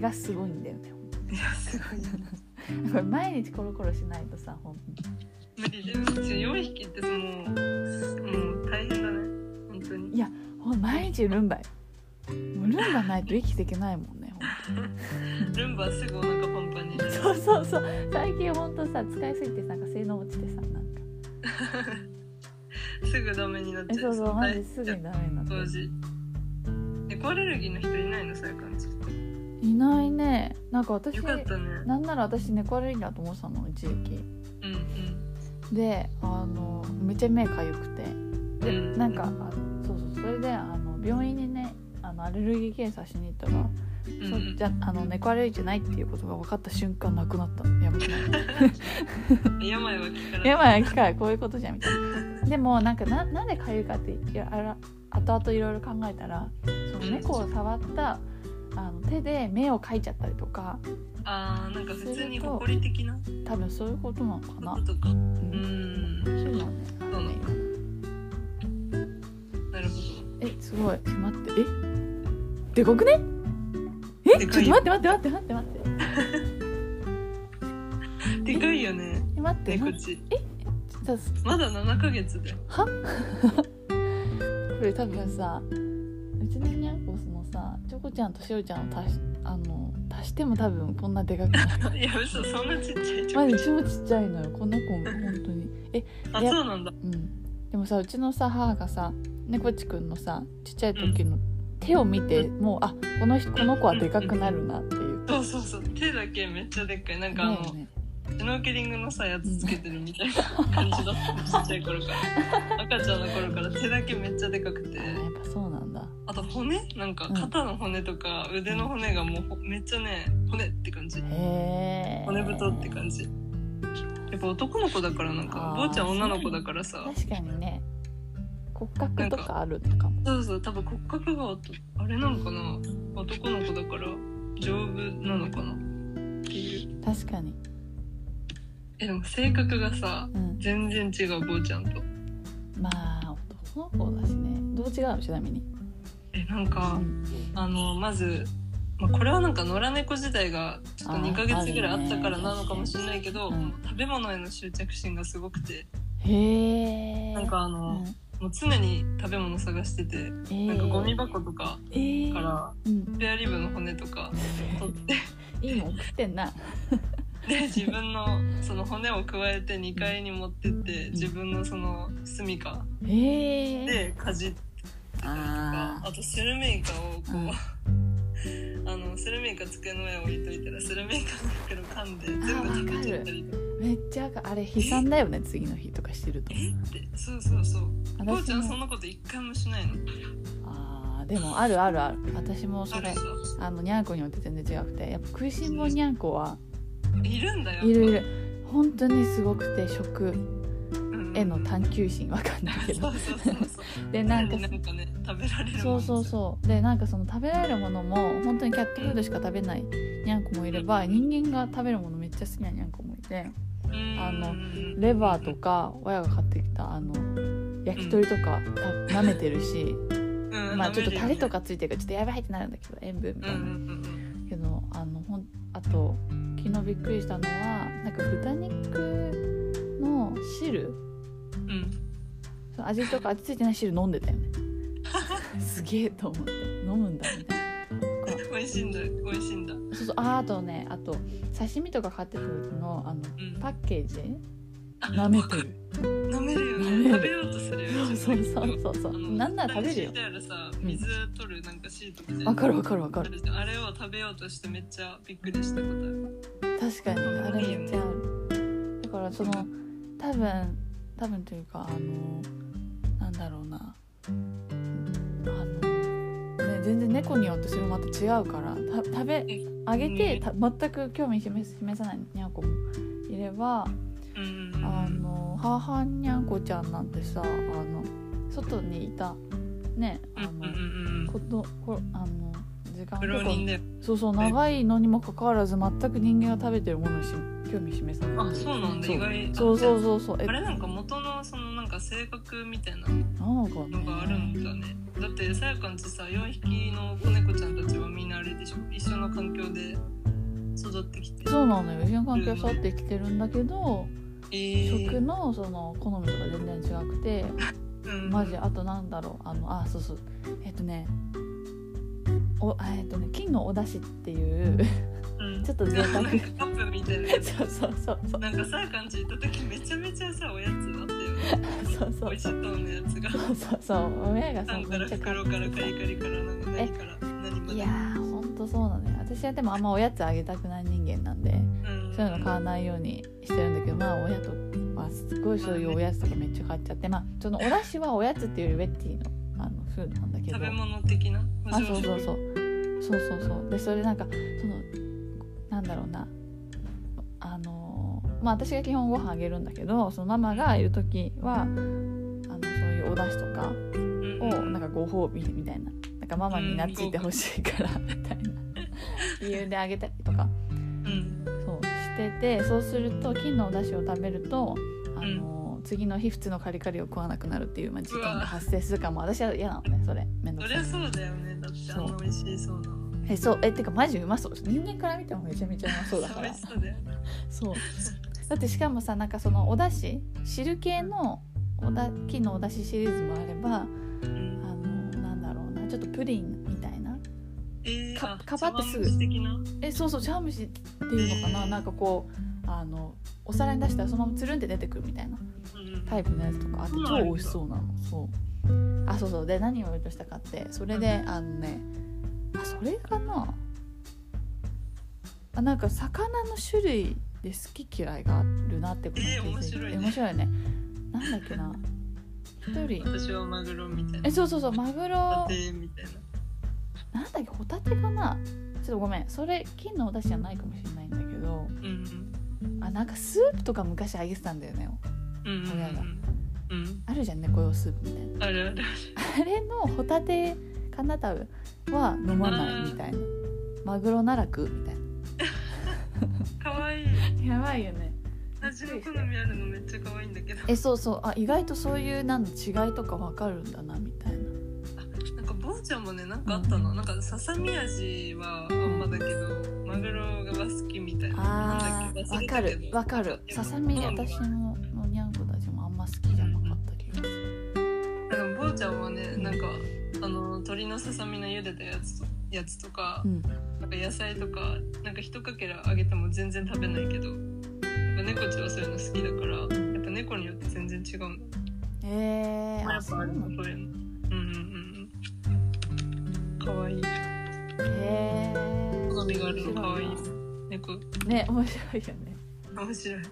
がすごいんだよねいやすごいなこれ毎日コロコロしないとさほん無理です4匹ってもうもう大変だね本当にほん毎日ルンバよもうルンバないと生きていけないもんねほんルンバすぐお腹パンパンにとそうそうそう最近ほんとさ使いすぎてなんか性能落ちてさなんかすぐダメになっ えちゃそううそうマジすぐ大にダメになって当時猫アレルギーの人いないのさやかんちいないねなんか私よかったねなんなら私猫アレルギーだと思ってたの一時期うんうんであのめっちゃ目かゆくてでうんなんかあそうそうそれであの病院にねあのアレルギー検査しに行ったらうんそうじゃあの猫アレルギーじゃないっていうことが分かった瞬間なくなっ たのやばくない病は気からやばい機械こういうことじゃんみたいなでもなんかななんでかゆいかっていやあら後々いろいろ考えたらその猫を触ったあの手で目をかいちゃったりとかあーなんか普通に誇り的な多分そういうことなのかこなと、とかう、うんんそういうのはねあのねなるほえすごいちょ待ってえでかくねえちでょっかといよ待って待って待って待って待ってどでかいよねえ待って猫待ってちちょっとまだ7ヶ月でこれ多分さうちのニャンコスのさチョコちゃんとしおちゃんを足しあの足しても多分こんなでかく ないいや嘘そんなちっちゃいちマょジ超ちっちゃいのよこの子も本当にえあそうなんだうんでもさうちのさ母がさ猫ちくんのさちっちゃい時の手を見てもうあこの人この子はでかくなるなっていうそうそうそう手だけめっちゃでっかいなんかあだの、よねシュノーケリングのさやつつけてるみたいな感じだったちっちゃい頃か ら赤ちゃんの頃から手だけめっちゃでかくてあやっぱそうなんだあと骨なんかうん肩の骨とか腕の骨がもうほめっちゃね骨って感じへえ骨太って感じやっぱ男の子だからなんかあー坊ちゃん女の子だからさ確かにね骨格とかあるのかもそうそう多分骨格がおとあれなのかな男の子だから丈夫なのかなっていう確かにえでも性格がさうん全然違う坊ちゃんとまあ男の子だしねどう違うのちなみにえなんか、うんあのまず、まあ、これはなんか野良猫自体がちょっとあー2ヶ月ぐらいあったからあるねなのかもしれないけど、うんもう食べ物への執着心がすごくてへえなんかあうのん、もう常に食べ物探しててえーなんかゴミ箱とかえーからうん、ペアリブの骨 とか取っていいもん食ってんなで自分のその骨を加えて2階に持ってって自分のその住処へえでかじってああとスルメイカをこう、うん あのスルメイカ机の上置いといたらスルメイカの袋噛んで全部食べちゃったりとか。ーめっちゃあれ悲惨だよね次の日とかしてるとえってそうそうそう坊ちゃんそんもなこと一回もしないのあーでもあるあるある私もそあるれさあのにゃんこによって全然違くてやっぱ食いしん坊にゃんこはいるんだよい るいる本当にすごくて食うんへの探求心わかんないけそど うそうそうそうでななんんかかなんかね食べられるそうそううそうでなんかその食べられるものも本当にキャットフードしか食べないにゃんこもいれば人間が食べるものめっちゃ好きなにゃんこもいてあのレバーとか親が買ってきたあの焼き鳥とかた舐めてるし、うんまあちょっとタレとかかついてるからちょっとやばいってなるんだけど塩分みうたいな、んうんけどあのほんあと昨日びっくりしたのはなんか豚肉の汁うんうんその味とか味ついてない汁飲んでたよ ねすげえと思って飲むんだみたいななんか美味しいんだ美味しいんだうんそうそうああとねあと刺身とか買ってくる時のあのパッケージ舐めてる舐めるよ舐めねる食べようとするよねそうそうそうそあうのなんなら食べるよ下に敷いてあるさ水取るなんかシートみたいなわかるわかるわかるあれを食べようとしてめっちゃびっくりしたことある確かにあれめっちゃあるだからその多分多分というかあのなんだろうなあのね全然猫によってそれもまた違うからた食べえあげてねた全く興味示す示さないにゃんこもいればうんうんうんあの母にゃんこちゃんなんてさあの外にいたねあうんうんうのんうんことこあの時間ブロー結構ニンだよそうそう長いのにもかかわらず全く人間が食べてるものにし興味示さないあそうなんだそう意外そうそううそうそうえあれなんか元のそのなんかか性格みたいなのなんかねがあるんだねだってさやかんちさ4匹の子猫ちゃんたちはみんなあれでしょ一緒の環境で育ってきてそうなのよ一緒の環境育ってきてるんだけど、えー食のその好みとか全然違くてうんマジあとなんだろうあのあそうそうえっとねおあえっとね金のお出汁っていううんちょっと贅沢 なんかカップみたいなやつそうそうそうそうなんかさやかんち行った時めちゃめちゃさおやつあったよねそう美そう味しそそううのやつがそうそう親がなさんかめらっちゃ買袋っからてカリカリからなんか何から何まいでやーほんとそうなのよ私はでもあんまおやつあげたくない人間なんでうんそういうの買わないようにしてるんだけどまあ親とはすごいそういうおやつとかめっちゃ買っちゃってまあそのお出汁はおやつっていうよりウェッティのあの風なんだけど食べ物的なあそうそうそうそうそうそうでそれなんかそのなんだろうなあのまあ私が基本ご飯あげるんだけどそのママがいる時はあのそういうお出汁とかをなんかご褒美みたいななんかママになっついてほしいからみたいな理由であげたりとかうんそうしててそうすると金のお出汁を食べるとあの、次の日普通のカリカリを食わなくなるっていう、まあ、事件が発生するからもう私は嫌なのねそれ面そ倒くりさいゃそうだよねだってあんな美味しそうなのえそうえてかマジうまそう人間から見てもめちゃめちゃうまそうだか美ら味しそうだよねそうだってしかもさなんかそのお出汁汁系のおだ木のお出汁シリーズもあればあのなんだろうなちょっとプリンみたいなえーかあかばってすぐ茶碗蒸し的なえそうそう茶碗蒸しっていうのかななんかこうあのお皿に出したらそのままつるんで出てくるみたいなうんタイプのやつとかあってそうなん超だ美味しそうなのそうあそうそうで何を言おうとしたかってそれであのねあそれかなあなんか魚の種類で好き嫌いがあるなってことに気づいてえー面白いね面白いねなんだっけな一人私はマグロみたいなえそうそうそうマグロなんだホタテみたいなっけホタテかなちょっとごめんそれ金のお出汁じゃないかもしれないんだけどうんあなんかスープとか昔あげてたんだよねうんうんうん親がうんあるじゃん猫用スープみたいなあるあるあれのホタテかな多分は飲まないみたいなマグロなら食うみたい可愛いなやばいよね味の好みあるのめっちゃ可愛いんだけどえそうそうあ意外とそういうなんだ違いとか分かるんだなみたいななんか坊ちゃんもねなんかあったの、なんかささみ味はあんまだけどマグロが好きみたいななあんだーっけ忘分れかたけるど分かるささみうん私ものにゃんこたちもあんま好きじゃなかった気がするなんか坊ちゃんはねなんかあの鶏のささみの茹でたやつとやつとかう、んなんか野菜とかなんか一かけらあげても全然食べないけどやっぱ猫ちゃんはそういうの好きだからやっぱ猫によって全然違うんだ、えー、やあっそぱうあなるののそういうのうんうんうんかわいいへえ好みがあるの可愛い面白いな猫ね面白いよね面白い